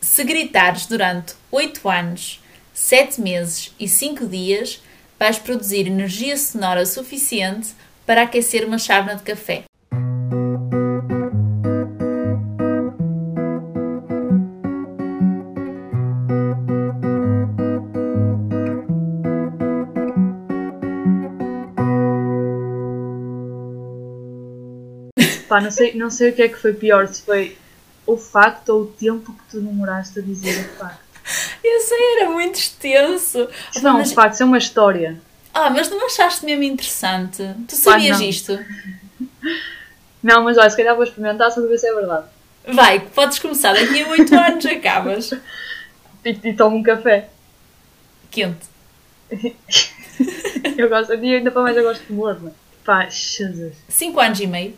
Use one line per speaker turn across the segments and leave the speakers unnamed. Se gritares durante 8 anos, 7 meses e 5 dias, vais produzir energia sonora suficiente para aquecer uma chávena de café.
Pá, não sei, não sei o que é que foi pior, se foi o facto ou o tempo que tu demoraste a dizer o facto.
Eu sei, era muito extenso.
Isso não é um
Mas-
facto, isso é uma história.
Ah, mas não achaste mesmo interessante? Tu sabias
não.
isto?
Não, mas olha, se calhar vou experimentar só para ver se é verdade.
Vai, que podes começar. Daqui a 8 anos acabas.
E, e tomo um café.
Quente.
Eu gosto, e ainda para mais eu gosto de morno. Pá, Jesus.
5 anos e meio.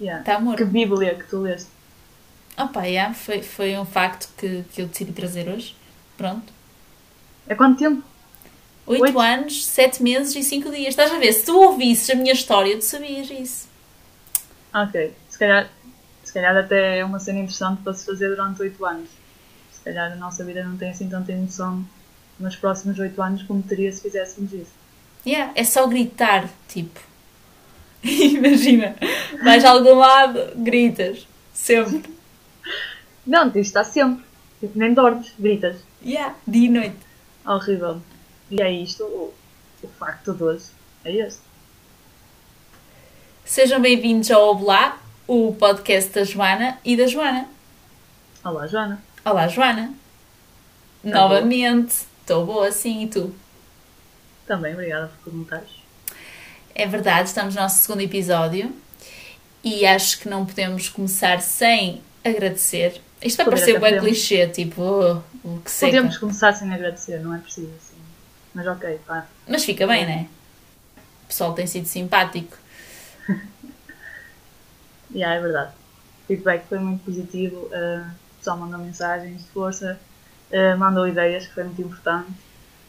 Yeah.
Está amor.
Que bíblia que tu leste.
Opa, yeah, foi, foi um facto que, que eu decidi trazer hoje. Pronto.
É quanto tempo?
8
Oito.
anos, 7 meses e 5 dias. Estás a ver? Se tu ouvisses a minha história, tu sabias isso.
Ah, Ok, se calhar, se calhar até é uma cena interessante para se fazer durante 8 anos. Se calhar a nossa vida não tem assim tanta emoção nos próximos 8 anos como teria se fizéssemos isso.
Yeah, é só gritar, tipo. Imagina, vais a algum lado, gritas. Sempre.
Não, isto está sempre. Tipo, nem dormes, gritas.
Yeah, dia e noite.
Horrível. E é isto, o, o facto de hoje é este.
Sejam bem-vindos ao Oblá, o podcast da Joana e da Joana.
Olá, Joana.
Olá, Joana. Tá Novamente. Estou boa assim e tu?
Também, obrigada por perguntares.
É verdade, estamos no nosso segundo episódio e acho que não podemos começar sem agradecer. Isto vai
Poder
parecer
até
bem
podemos.
clichê, tipo, oh, o que seca.
Podemos começar sem agradecer, não é preciso assim. Mas ok, pá.
Mas fica bem, não é? O pessoal tem sido simpático.
Yeah, é verdade. O feedback foi muito positivo. ah, o pessoal mandou mensagens de força, ah, mandou ideias, que foi muito importante.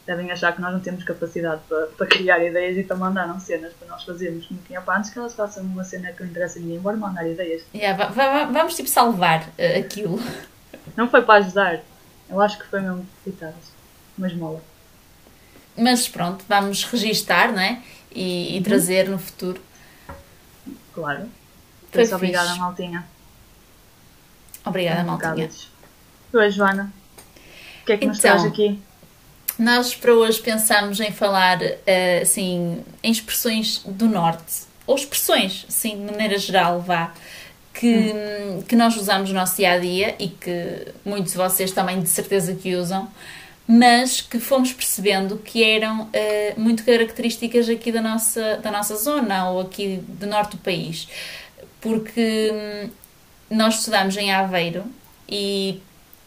Devem achar que nós não temos capacidade para, para criar ideias, então mandaram cenas para nós fazermos. Não tinha para antes que elas façam uma cena que não interessa a ninguém, bora mandar ideias.
Yeah, va- va- va- vamos tipo salvar eh, aquilo.
Não foi para ajudar, eu acho que foi mesmo coitadas. Uma esmola.
Mas pronto, vamos registar, não é? E, e trazer no futuro.
Claro.
Foi
Muito obrigada,
fixe.
Maltinha. um
Obrigada, maltinha.
Oi, Joana. O que é que nos
Então.
traz aqui?
Nós para hoje pensamos em falar eh, assim em expressões do norte, ou expressões, assim, de maneira geral, vá, que, que nós usamos no nosso dia a dia e que muitos de vocês também de certeza que usam, mas que fomos percebendo que eram eh, muito características aqui da nossa, da nossa zona ou aqui do norte do país, porque hum, nós estudamos em Aveiro e,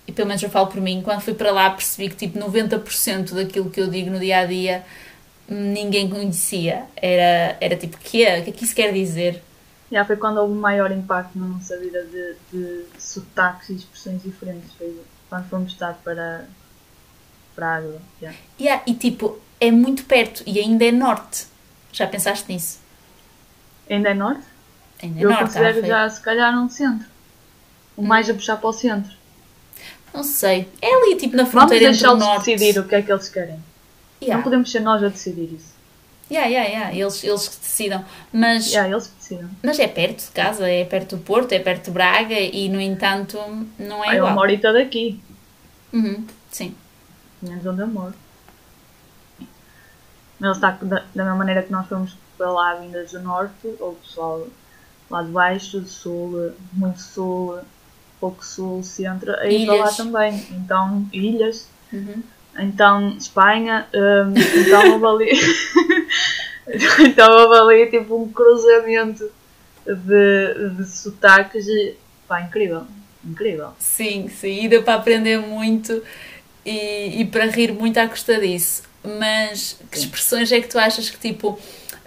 e pelo menos eu falo por mim, quando fui para lá percebi que tipo 90% daquilo que eu digo no dia a dia ninguém conhecia. Era, era tipo, que é? O que é que isso quer dizer?
Já foi quando houve um maior impacto na nossa vida de, de sotaques e expressões diferentes. Foi quando fomos estar para, para a água. já.
Yeah, e tipo, é muito perto e ainda é norte. Já pensaste nisso?
Ainda é norte?
Ainda é
Eu
norte, Hum.
considero
Aveiro.
já, se calhar, um centro. O mais a puxar para o centro.
Não sei. É ali tipo na
Vamos
fronteira entre o
deixá-los
norte.
decidir o que é que eles querem. Não
Yeah.
podemos ser nós a decidir isso.
Yeah, yeah, yeah. Eles, eles que decidam. Mas,
Já, eles decidem.
mas é perto de casa, é perto do Porto, é perto de Braga e no entanto não é
Ah, eu
igual.
moro daqui.
Uhum, Sim.
menos onde eu moro. Mas está da, da mesma maneira que nós fomos para lá vindas do norte, ou pessoal lá de baixo, do sul, muito sul, pouco sul, centro, aí para lá
Ilhas.
também. Então, ilhas,
Uhum.
então Espanha, hum, então houve ali. então houve ali tipo um cruzamento de, de sotaques e pá, incrível, incrível.
Sim, sim, e deu para aprender muito e, e para rir muito à custa disso. Mas que expressões é que tu achas que tipo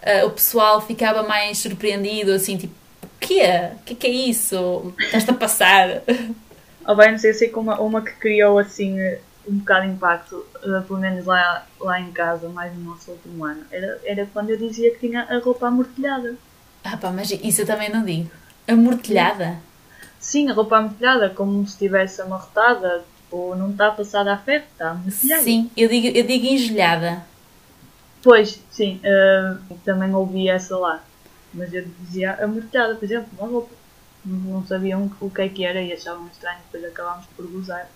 ah, o pessoal ficava mais surpreendido, assim, tipo, o quê? O que é que é isso? Estás-te a passar?
Ou bem, não sei, eu sei que uma, uma que criou assim eh, um bocado de impacto, eh, pelo menos lá, lá em casa, mais no nosso último ano, era, era quando eu dizia que tinha a roupa amortilhada.
Ah, pá, mas isso eu também não digo. Amortilhada.
Sim, a roupa amortilhada, como se estivesse amarrotada, Tipo, não está passada a ferro, está muito
Sim, eu digo, eu digo engelhada.
Pois, sim, eh, também ouvi essa lá. Mas eu dizia amortejada, por exemplo, uma roupa. Não sabiam o que é que era e achavam estranho, depois acabámos por gozar.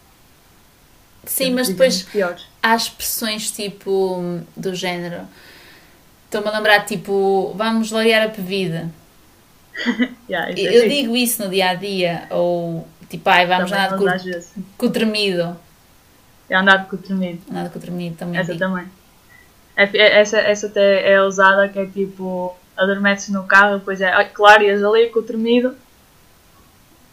Sim, mas
Dizemos
depois
Piores.
há expressões tipo do género. Estou-me a lembrar, tipo, vamos laurear a pevida.
Yeah, isso é
Eu
fixe.
digo isso no dia a dia, ou tipo, ai, vamos
Também
andar de
nós
cu,
às vezes.
cu tremido.
É andar com o tremido.
Andar de cu tremido também.
Essa
digo.
também. É fi- é- Essa, essa até é usada que é tipo adormeces no carro, depois é "Ai, claro, ias ali com o tremido.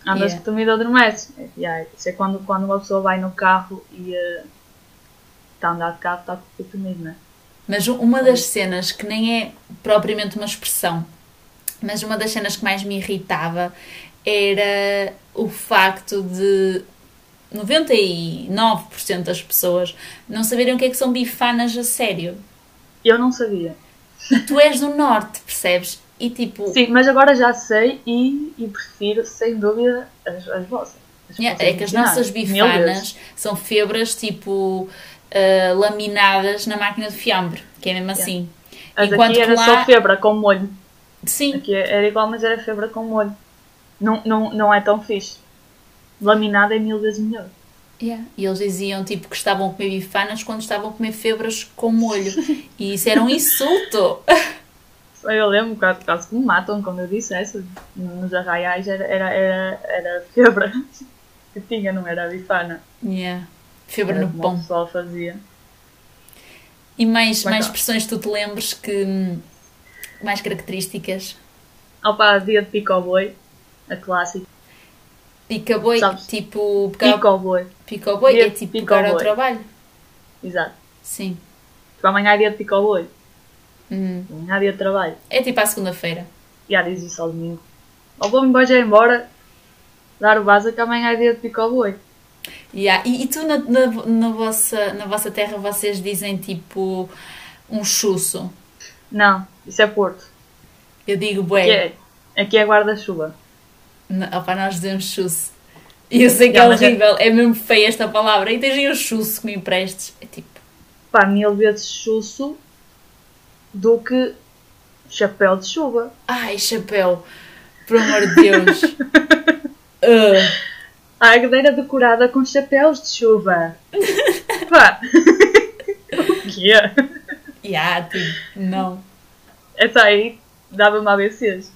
Andas
Yeah.
com o tremido adormeces. É, yeah, isso é quando, quando uma pessoa vai no carro e eh, está a andar de carro, está com o tremido, né?
Mas u- uma das cenas que nem é propriamente uma expressão, mas uma das cenas que mais me irritava era o facto de 99% das pessoas não saberem o que é que são bifanas a sério.
Eu não sabia.
E tu és do norte, percebes? E tipo,
Sim, mas agora já sei e, e prefiro, sem dúvida, as, as vossas. As
Yeah,
vossas
é que as
bifanas.
nossas
Meu Deus.
bifanas são febras tipo ah, laminadas na máquina de fiambre, que é mesmo assim.
As
Enquanto
aqui
que
era
lá,
só febra com molho.
sim,
Aqui era igual, mas era febra com molho. Não, não, não é tão fixe. Laminada é mil vezes melhor.
yeah. e eles diziam tipo que estavam a comer bifanas quando estavam a comer febras com molho, e isso era um insulto.
Só eu lembro, quase, quase que me matam, como eu disse, essa. Nos arraiais era, era, era, era febra que tinha, não era a bifana.
Yeah. Febra
Era
no
como o
pão.
pessoal fazia.
E mais,
Mas
mais
não.
expressões que tu te lembres que. hum, mais características.
Opa, dia de pico-boi, a clássica.
Pica-boi,
Sabes?
tipo. pegar-
Pico-boi,
Pica-boi é
Dia de
tipo pegar ao
pica-boi.
trabalho.
exato.
Sim.
Tipo, amanhã é dia de pico-boi,
Hum.
amanhã é dia de trabalho.
É tipo à segunda-feira.
E há dias isso ao domingo. Ou vou-me embora, já ir embora, dar o vaso que amanhã é dia de pico-boi.
Yeah. E, e tu na, na, na vossa, na vossa terra vocês dizem tipo um chusso.
Não, isso é Porto.
Eu digo bué.
Aqui é, aqui é guarda-chuva.
Na- Opa, nós dizemos chusso. E eu sei que
Yeah,
é
mas é-
horrível, é... mesmo feia esta palavra. E tens aí um chusso que me emprestes. É tipo,
Pá, mil vezes chusso do que chapéu de chuva.
ai chapéu, por amor de Deus. Ah,
A argadeira decorada com chapéus de chuva. Pá. o que é?
yeah, tipo, não.
Essa É, aí dava-me ABCs.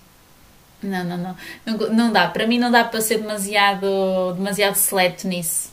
Não, não, não. Não, co- não dá. Para mim não dá para ser demasiado, demasiado seleto nisso.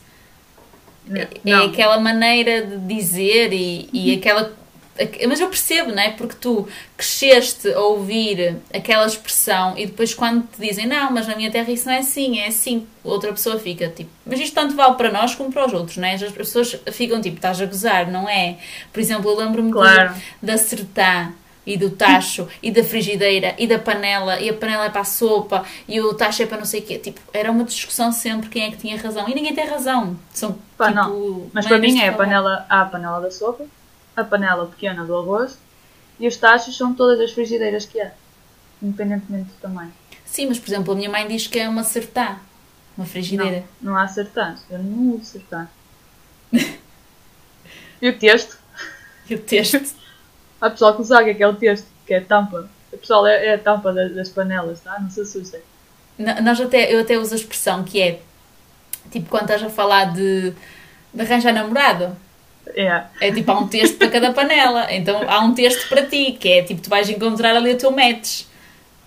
Não,
É
não. Uhum.
aquela maneira de dizer e, e aquela. aque- Mas eu percebo, não é? Porque tu cresceste a ouvir aquela expressão e depois quando te dizem não, mas na minha terra isso não é assim, é assim, outra pessoa fica tipo, mas isto tanto vale para nós como para os outros, não é? As pessoas ficam tipo, estás a gozar, não é? Por exemplo, eu lembro-me do-
Claro.
da sertã e do tacho e da frigideira e da panela e a panela é para a sopa e o tacho é para não sei o quê. Tipo, era uma discussão sempre quem é que tinha razão e ninguém tem razão. São
Pá,
tipo,
não. Mas para
maneiras
mim
de
é a
falar.
panela, há a panela da sopa, a panela pequena do arroz e os tachos são todas as frigideiras que há. Independentemente do tamanho.
Sim, mas por exemplo, a minha mãe diz que é uma sertã, uma frigideira.
Não, não há sertãs. Eu não uso sertãs. e o texto?
E o texto.
Há pessoal que usa o que é que é o texto, que é a tampa. O pessoal é, é a tampa das, das panelas, tá? Não se assustem.
N- Nós até, eu até uso a expressão que é tipo quando estás a falar de, de arranjar namorado.
É.
É tipo, há um texto para cada panela. Então há um texto para ti, que é tipo, tu vais encontrar ali o teu match.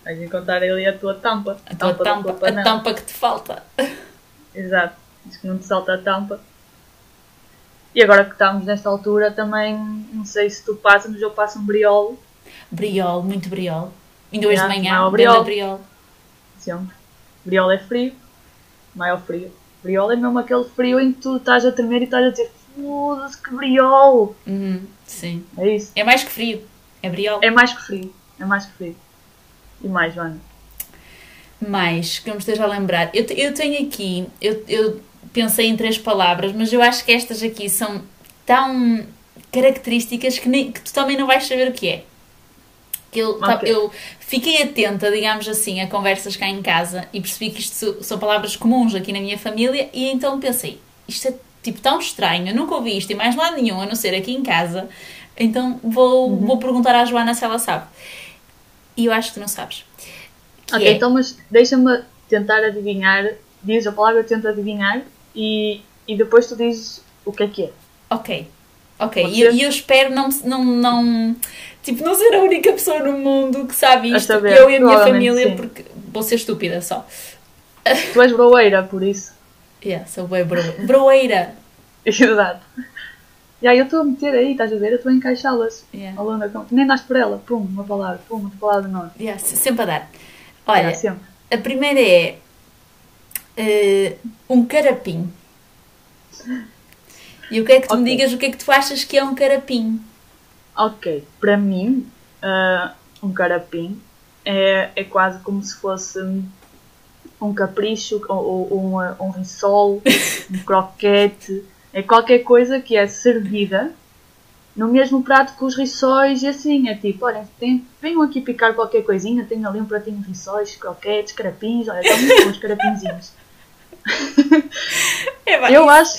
Vais encontrar ali a tua tampa.
A tua Então,
da
tampa,
tua
a
panela.
tampa que te falta.
Exato. Diz que não te salta a tampa. E agora que estamos nesta altura, também, não sei se tu passas, mas eu passo um briolo,
Briol, muito briol. Ainda hoje de
Já,
manhã,
não é o
briol.
briol.
briol.
sempre. Briolo é frio, maior frio. Briolo é mesmo aquele frio em que tu estás a tremer e estás a dizer foda-se que briolo!
Uhum, sim.
É isso.
É mais que frio. É briol.
É mais que frio. É mais que frio. E mais, Joana.
Mais, que eu me esteja a lembrar. Eu, te- eu tenho aqui, eu, eu pensei em três palavras, mas eu acho que estas aqui são tão características que, nem- que tu também não vais saber o que é. Que eu, tá-
Ok.
eu fiquei atenta, digamos assim, a conversas cá em casa e percebi que isto so- são palavras comuns aqui na minha família e então pensei, isto é tipo tão estranho, eu nunca ouvi isto em mais lado nenhum, a não ser aqui em casa, então vou,
Uhum.
vou perguntar à Joana se ela sabe. E eu acho que tu não sabes. Que
Ok,
é-
então mas deixa-me tentar adivinhar. Diz a palavra, eu tento adivinhar e, e depois tu dizes o que é que é.
Ok, ok.
Pode
E eu,
ser?
e eu espero não, não, não, tipo, não ser a única pessoa no mundo que sabe
A
isto.
saber,
eu e a minha
provavelmente
família,
sim.
porque vou ser estúpida só.
Tu és broeira, por isso.
Yeah, sou bem broeira. broeira.
Exato. E aí eu estou a meter aí, estás a ver? Eu estou a encaixá-las.
Yeah.
Ao longo da con- Nem das por ela. Pum, uma palavra. Pum, outra palavra não.
Yeah, se- sempre a dar. Olha,
É sempre.
a primeira é eh, um carapim. E o que é que tu me
Ok.
digas o que é que tu achas que é um carapim?
Ok, para mim, ah, um carapim é, é quase como se fosse um capricho, ou, ou um, ah, um risol, um croquete, é qualquer coisa que é servida no mesmo prato que os rissóis e assim, é tipo, olhem, tem- venham aqui picar qualquer coisinha, tenho ali um pratinho de rissóis, croquetes, carapins, olha, estão muito bons carapinzinhos. Eu acho,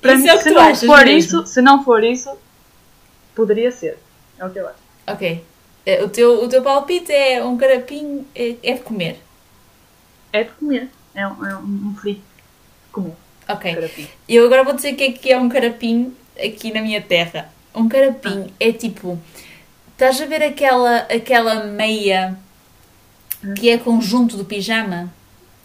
para
Isso
mim,
é o que
se
tu
não
achas
for
mesmo.
isso, se não for isso, poderia ser, é o que eu acho.
Ok. Eh, O teu, o teu palpite é um carapim é, é de comer.
É de comer. É um, é um um frito de comer.
Ok.
Carapim.
Eu agora vou dizer o que é que é um carapim aqui na minha terra. Um
Ah.
carapim é tipo. Estás a ver aquela, aquela meia que é conjunto do pijama?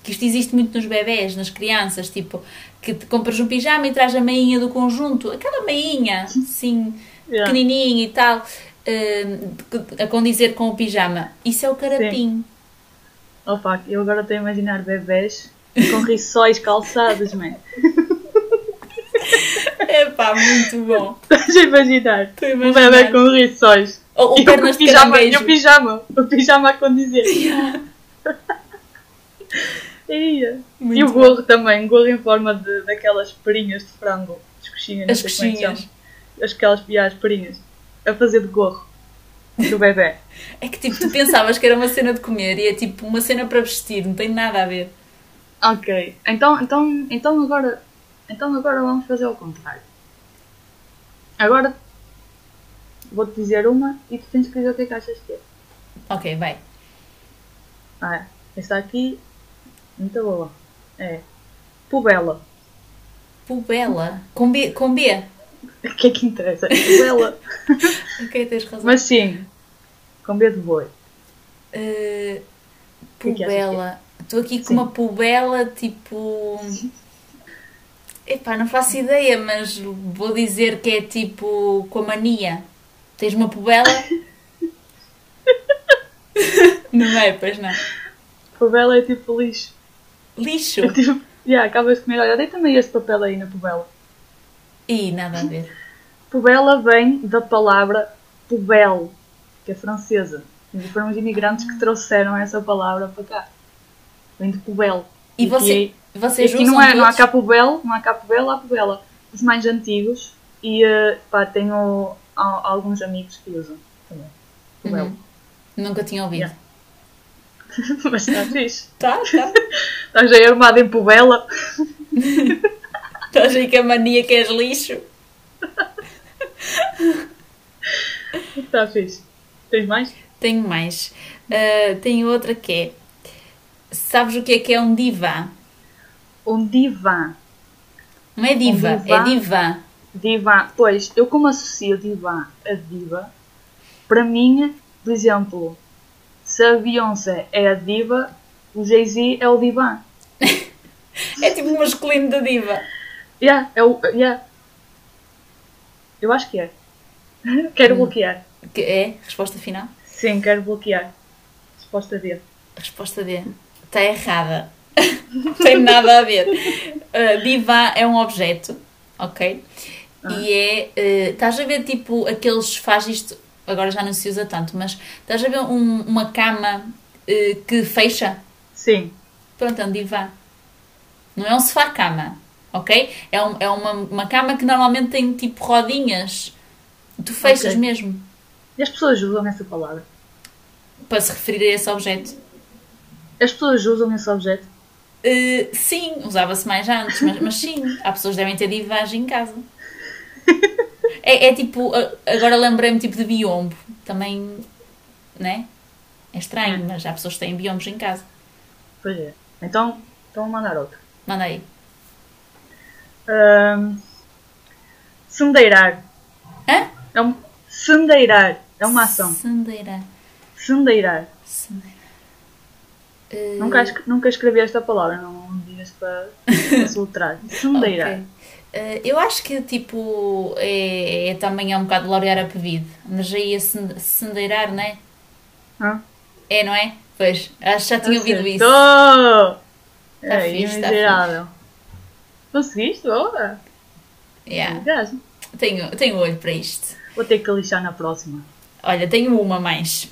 Que isto existe muito nos bebés, nas crianças, tipo, que te compras um pijama e traz a meinha do conjunto, aquela meinha, assim,
Yeah.
pequenininha e tal, eh, que- a condizer com o pijama. Isso é o carapim.
Opa, eu agora estou a imaginar bebés com rissóis calçados, man.
É pá, muito bom.
Estás a imaginar?
Estou a
Um
imaginar.
bebê com rissóis.
Ou, ou
E
pernas
o
de
pijama, e
caranguejo.
o pijama. O pijama a condizer. Ia. E
Muito
o gorro também. um Gorro em forma de, daquelas perinhas de frango. As coxinhas. não
As
sei como é que se
coxinhas.
chama. As, aquelas e as perinhas. A fazer de gorro. Do bebê.
É que tipo, tu pensavas que era uma cena de comer e é tipo uma cena para vestir, não tem nada a ver.
Ok, então, então, então, agora, então agora vamos fazer ao contrário. Agora vou-te dizer uma e tu tens que dizer o que é que achas que é.
Ok, vai.
Ah, esta aqui, muito boa. É pubela.
Pubela. Com B. Com B.
O que é que interessa? Pubela.
Ok, tens razão.
Mas sim, com B de boi.
Eh,
que é que achas
pubela. Estou aqui com
Sim.
uma pubela tipo. Epá, não faço ideia, mas vou dizer que é tipo com a mania. Tens uma pubela? não é, pois não.
Pubela é tipo lixo.
Lixo.
É tipo, yeah, acabas de comer, olha, deita também este papel aí na pubela.
Ih, nada a ver.
Pubela vem da palavra pubel, que é francesa. E foram os imigrantes que trouxeram essa palavra para cá. Vem de pubel.
E você-
aqui- e
Vocês
aqui
usam
não, é, não há
todos?
cá pubel, não há cá pubel, há pubela. Os mais antigos. E eh, pá, tenho al- alguns amigos que usam também. Pubel.
Uhum. Nunca tinha ouvido.
Yeah. Mas está fixe.
Tá, tá.
Estás aí armado em pubela.
Estás aí com a mania que és lixo.
Está fixe. Tens mais?
Tenho mais. Ah, tenho outra que é. Sabes o que é que é um divã?
Um divã.
Não é diva,
Um divã?
é divã.
Divã, pois, eu como associo divã a diva, para mim, por exemplo, se a Beyoncé é a diva, o Jay-Z é o divã.
É tipo o masculino da diva.
Yeah, é o, yeah. Eu acho que é. Quero bloquear.
Que é? Resposta final?
Sim, quero bloquear. Resposta D.
Resposta D. Está errada. Tem nada a ver. Ah, divã é um objeto, ok?
Ah.
E é. eh, estás a ver tipo aqueles. Faz isto. Agora já não se usa tanto, mas estás a ver um- uma cama eh, que fecha?
Sim.
Pronto, é um divã. Não é um sofá-cama, ok? É, um- é uma, uma cama que normalmente tem tipo rodinhas. Tu fechas
Ok.
mesmo
E as pessoas usam essa palavra?
para se referir a esse objeto.
As pessoas usam esse objeto?
Eh, Eh, sim, usava-se mais antes, mas, mas sim, há pessoas que devem ter divagem em casa. É, é tipo, a- agora lembrei-me tipo de biombo, também, né? É estranho, mas há pessoas que têm biombos em casa.
Pois é. Então, então vou mandar outro.
Manda aí.
Ahm, sendeirar.
Hã?
É um, sendeirar. É uma ação.
Sandeira.
Sendeirar.
Sandeira. Hum.
Nunca, es- nunca escrevi esta palavra, não me digas para para soltar. Sendeirar.
Ok. Eh, eu acho que tipo é, é também é um bocado laurear a pedido, mas aí a sende- sendeirar, não é?
Hã? Ah,
É, não é? Pois, acho que já tinha ouvido isso.
Acertou!
Tá
É
fixe, tá
miserável. Conseguiste? Boa!
Yeah.
Obrigado.
Tenho, tenho um olho para isto.
Vou ter que lixar na próxima.
Olha, tenho uma mais.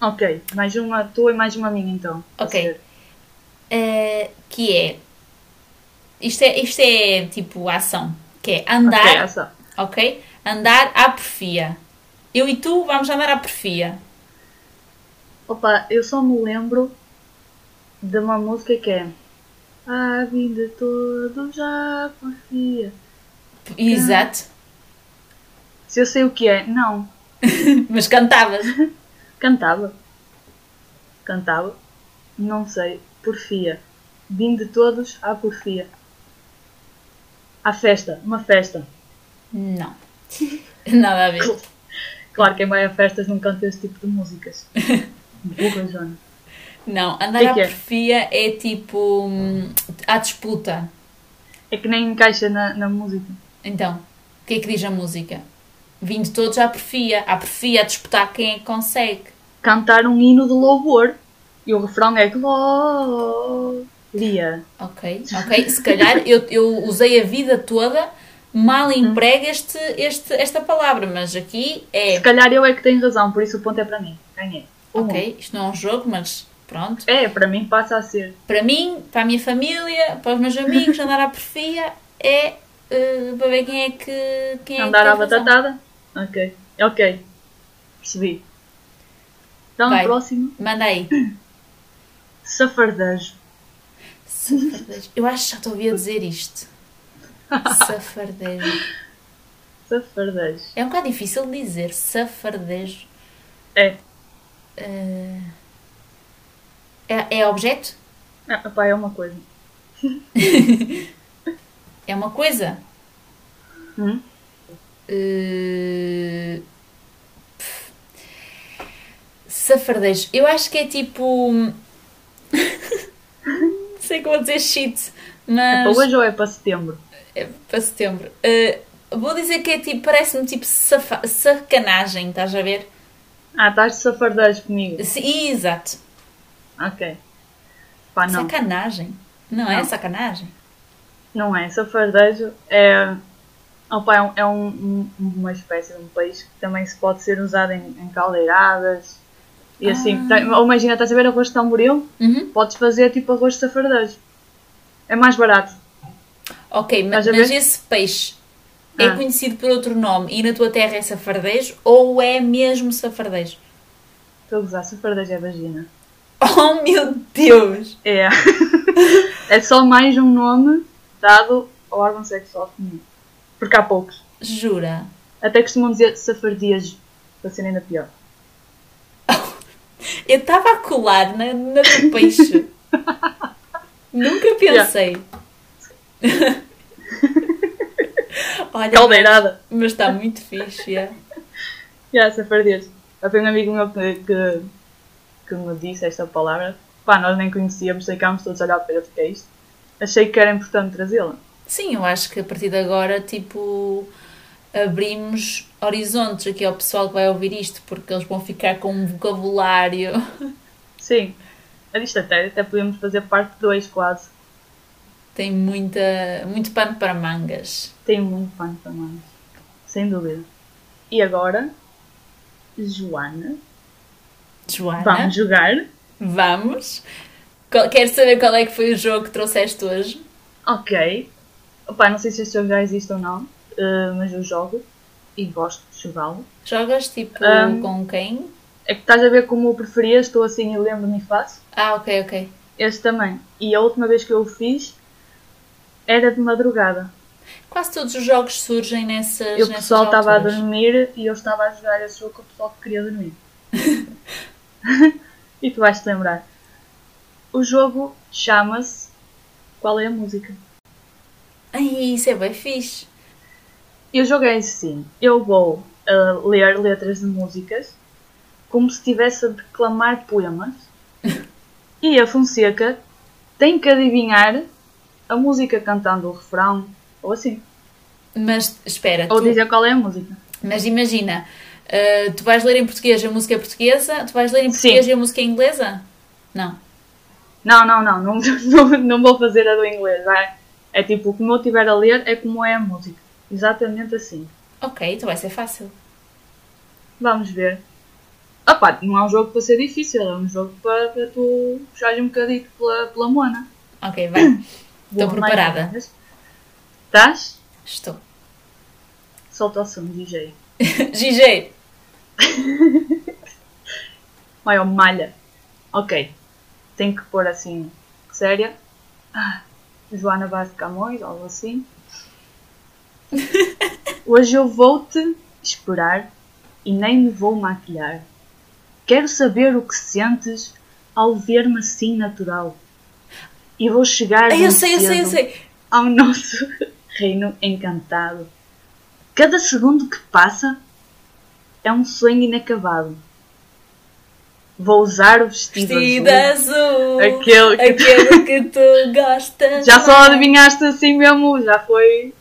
Ok, mais uma tua e mais uma minha então. Pode
Ok.
ser.
Eh, que é isto, é. isto é tipo a ação. Que é andar,
Ok, essa.
ok? Andar à perfia. Eu e tu vamos andar à perfia.
Opa, eu só me lembro de uma música que é A vida todo já confia. Ah.
Exato.
Se eu sei o que é, não.
Mas cantavas.
Cantava. Cantava. Não sei. Porfia. Vim de todos à porfia. À festa. Uma festa.
Não. Nada a ver.
Claro, quem vai a festas não canta esse tipo de músicas. Burra, Joana.
Não, andar
Que
à
que é?
perfia é tipo hum, à disputa.
É que nem encaixa na, na música.
Então, o que é que diz a música? Vindo todos à perfia, à perfia, a disputar quem é que consegue.
Cantar um hino de louvor. E o refrão é Glória.
Ok, ok. Se calhar eu, eu usei a vida toda mal
Hum.
emprega este, este, esta palavra, mas aqui é.
Se calhar eu é que tenho razão, por isso o ponto é para mim. Ganhei. Um.
Ok, isto não é um jogo, mas pronto.
É, para mim passa a ser.
Para mim, para a minha família, para os meus amigos, andar à perfia é. eh, para ver quem é que. Quem é que
Andar
tem
à
razão.
batatada? Ok, ok. Percebi. Então,
Vai.
próximo.
Manda aí.
Safardejo.
Safardejo. Eu acho que já te ouvi a dizer isto. Safardejo.
Safardejo.
É um bocado difícil de dizer. Safardejo.
É.
Eh, É, é objeto?
Ah, pá, é uma coisa.
É uma coisa?
Hum?
Eh, pff. Safardejo. Eu acho que é tipo. Não sei como vou dizer shit,
É
mas.
para hoje ou é para setembro?
É para setembro. Uh, vou dizer que é tipo, parece-me tipo safa- sacanagem, estás a ver?
Ah, estás de safardejo comigo.
Sim, exato.
Ok. Pá, Ah, não.
Sacanagem. Não, é
Não.
sacanagem?
Não é. Safardejo é. Oh, pá, é, um- é um- um- uma espécie de um país que também se pode ser usado em, em caldeiradas. E assim, tá- ou imagina, estás a ver arroz de tamboril?
Uhum.
Podes fazer tipo arroz de safardejo. É mais barato.
Ok, ma- mas,
Estás a ver?
esse peixe é
Ah.
conhecido por outro nome e na tua terra é safardejo ou é mesmo safardejo?
Estou a gozar, safardejo é vagina.
Oh meu Deus!
É. é só mais um nome dado ao órgão sexual feminino. Porque há poucos.
Jura?
Até costumam dizer safardejo, para ser ainda pior.
Eu estava a colar na, na do peixe. Nunca pensei. Olha,
Caldeirada.
mas está muito fixe. é.
Já, safardejo. Até um amigo meu que, que, que me disse esta palavra. Pá, nós nem conhecíamos, ficámos todos a olhar para ele, o que é isto? Achei que era importante trazê-la.
Sim, eu acho que a partir de agora, tipo, abrimos horizontes aqui ao pessoal que vai ouvir isto, porque eles vão ficar com um vocabulário.
Sim. Isto até, até podemos fazer parte 2 quase.
Tem muita, muito pano para mangas.
Tem muito pano para mangas. Sem dúvida. E agora, Joana,
Joana,
vamos
vamos.
jogar.
Qual- Quero saber qual é que foi o jogo que trouxeste hoje.
Ok. Opa, não sei se este jogo já existe ou não, eh, mas eu jogo e gosto de jogá-lo.
Jogas, tipo,
Ahm.
com quem?
É que estás a ver como eu preferia, estou assim e lembro-me e faço.
Ah, ok, ok.
Este também. E a última vez que eu o fiz era de madrugada.
Quase todos os jogos surgem nessas.
E o
nessas
pessoal estava a
alturas.
dormir e eu estava a jogar esse jogo com o pessoal que queria dormir. e tu vais te lembrar. O jogo chama-se Qual é a música?
Ai, isso é bem fixe.
Eu joguei assim. Eu vou ah, ler letras de músicas como se estivesse a declamar poemas. e a Fonseca tem que adivinhar a música cantando o refrão ou assim.
Mas espera,
Ou
tu-
dizer qual é a música.
mas imagina, ah, tu vais ler em português a música é portuguesa, tu vais ler em
Sim.
português e a música é inglesa? Não.
Não, não, não, não, não, não vou fazer a do inglês. vai. É tipo, como eu estiver a ler, é como é a música. Exatamente assim.
Ok, então vai ser fácil.
Vamos ver. Ah pá, não é um jogo para ser difícil, é um jogo para, para tu puxares um bocadito pela, pela mona.
Ok, vai.
Vou
Estou
arrumar
preparada.
as coisas. Estás?
Estou.
Solta o som, DJ.
Gigi,
Vai, ó, malha. Ok. Tenho que pôr assim, séria. Ah, Joana Vaz de Camões, algo assim. Hoje eu vou-te esperar e nem me vou maquilhar. Quero saber o que sentes ao ver-me assim natural. E vou chegar
Ai, Ah, eu
muito
sei, eu sei, eu
cedo
sei.
ao nosso reino encantado. Cada segundo que passa é um sonho inacabado. Vou usar o vestido,
Vestida
azul.
azul.
Aquele que-
aquele que tu gostas.
Já só
mais.
adivinhaste assim mesmo, já foi.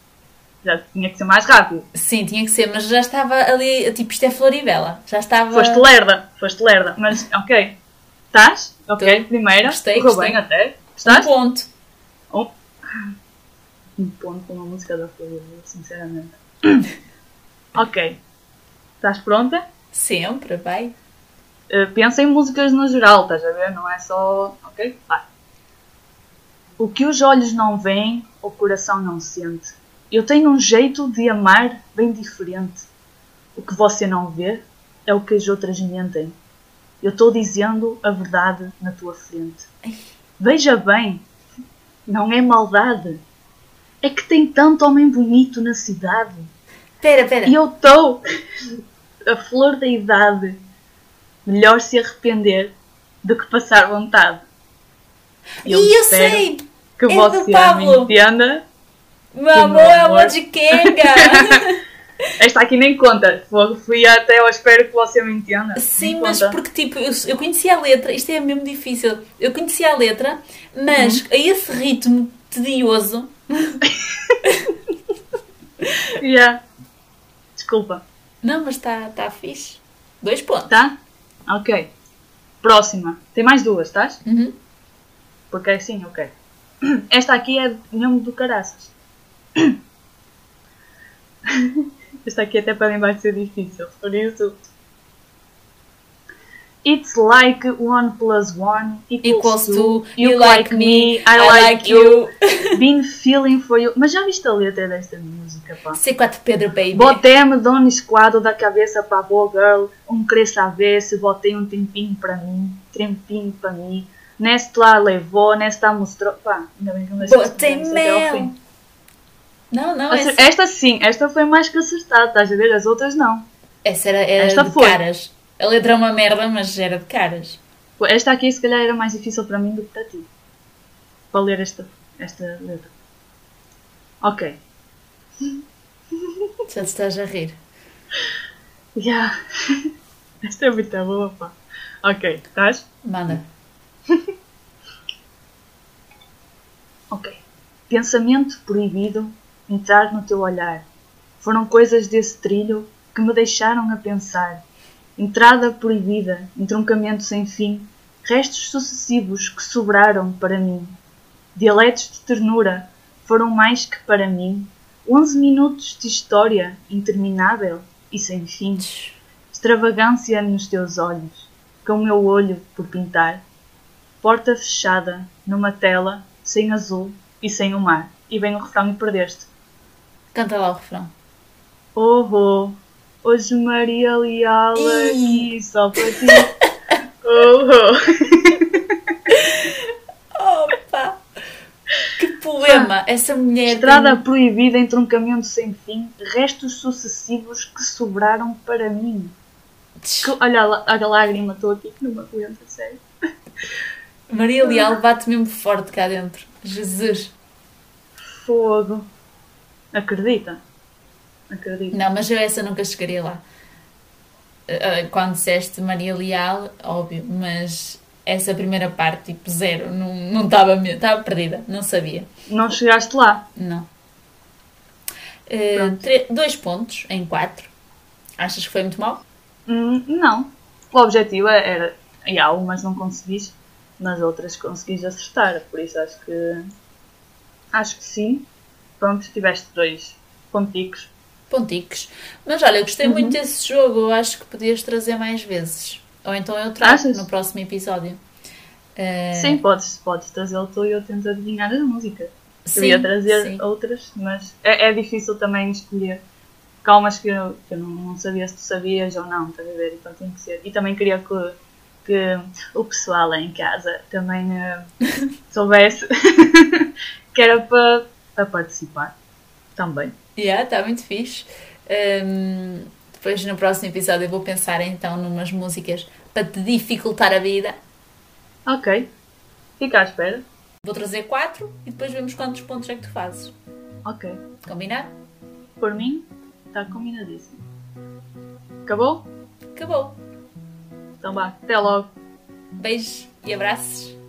Já tinha que ser mais rápido.
Sim, tinha que ser, mas já estava ali, tipo, isto é Floribela. Já estava. um
Foste lerda, foste lerda, mas ok. Estás? Ok,
Tô.
primeira.
Gostei,
Correu
gostei.
bem até.
um
Estás?
ponto.
Um ponto com uma música da Folha, sinceramente. ok. Estás pronta?
Sempre, vai.
Uh, pensa em músicas no geral, estás a ver? Não é só. Ok? Vai. O que os olhos não veem, o coração não sente. Eu tenho um jeito de amar bem diferente. O que você não vê é o que as outras mentem. Eu estou dizendo a verdade na tua frente. Veja bem, não é maldade. É que tem tanto homem bonito na cidade.
Pera, pera.
E eu estou a flor da idade. Melhor se arrepender do que passar vontade.
Ih, eu,
espero
sei!
que
é do
você me
Pablo.
entenda.
Meu amor,
meu
é
amor.
amor de Kenga!
Esta aqui nem conta. Fui- Fui até eu espero que você me entenda.
Sim,
Nem
mas
conta.
porque tipo, eu, eu conhecia a letra, isto é mesmo difícil. Eu conhecia a letra,
Uhum.
mas a esse ritmo tedioso.
Yeah. Desculpa,
Não, mas está tá fixe. Dois pontos.
tá? Ok. Próxima. Tem mais duas, estás?
Uhum.
Porque é assim, ok. Esta aqui é mesmo do caraças. Esta aqui até para mim vai ser difícil, por isso. It's like one plus one
Equals to
you, like me, I, like you, been feeling for you. Mas já viste a letra desta música, pá?
C4 Pedro Baby.
Botei-me dono um esquadro da cabeça pra boa girl, um cresça a ver se botei um tempinho pra mim, tempinho pra mim. Nesta levou, nesta mostrou. Pá, ainda bem que não deixei de
Botei
fazer isso até ao
mel.
fim. é-
Não, não,
Ou seja,
essa,
Esta sim, esta foi mais que acertada, estás a ver? As outras não.
essa era, era
esta
de
foi.
caras. A letra é uma merda, mas era de caras.
Pô, Esta aqui se calhar era mais difícil para mim do que para ti. Para ler esta, esta letra. Ok.
Já te estás a rir.
Yeah. esta é muito boa, pá. Ok, estás?
Manda.
Ok. Pensamento proibido entrar no teu olhar. Foram coisas desse trilho que me deixaram a pensar. Entrada proibida, entroncamento sem fim, restos sucessivos que sobraram para mim. Dialetos de ternura foram mais que para mim. Onze minutos de história interminável e sem fim. Extravagância nos teus olhos, com o meu olho por pintar. Porta fechada, numa tela, sem azul e sem o mar. E vem o refrão e perdeste.
Canta lá o refrão.
Oh, oh, hoje Maria Leal
Ih.
aqui só para ti. Oh, oh.
essa mulher.
Estrada
tem-
proibida, entroncamento sem fim, restos sucessivos que sobraram para mim. Que- olha, lá- olha a lágrima, estou aqui que não me aguento, a sério.
Maria Leal bate mesmo forte cá dentro. Jesus.
Fogo. Acredita? Acredita.
Não, mas eu essa nunca chegaria lá. Ah, ah, Quando disseste Maria Leal, óbvio, mas essa primeira parte, tipo zero, não não estava mesmo, estava perdida, não sabia.
Não chegaste lá.
Não. Eh,
Pronto.
tre- dois pontos em quatro. Achas que foi muito mal?
Hum, não. O objetivo é, era. E há umas não conseguiste, mas outras conseguiste acertar. Por isso acho que. Acho que sim. Pronto, tiveste dois ponticos.
Ponticos. Mas olha, eu gostei
Uhum.
muito desse jogo. Eu acho que podias trazer mais vezes. Ou então eu trago
Achas?
no próximo episódio. Eh,
Sim, podes, podes trazê-lo tu e eu tento adivinhar a música.
sim,
eu ia trazer
sim.
outras, mas é, é difícil também escolher. Calmas que eu, que eu não, não sabia se tu sabias ou não, estás a ver? Então tem que ser. E também queria que, que o pessoal lá em casa também eh, soubesse que era para, para participar também.
Yeah, está muito fixe. Ehm, depois no próximo episódio eu vou pensar então numas músicas para te dificultar a vida.
Ok, fica à espera.
Vou trazer quatro e depois vemos quantos pontos é que tu fazes.
Ok,
Combinado?
por mim está combinadíssimo. Acabou?
Acabou.
Então vá, até logo.
Beijos e abraços.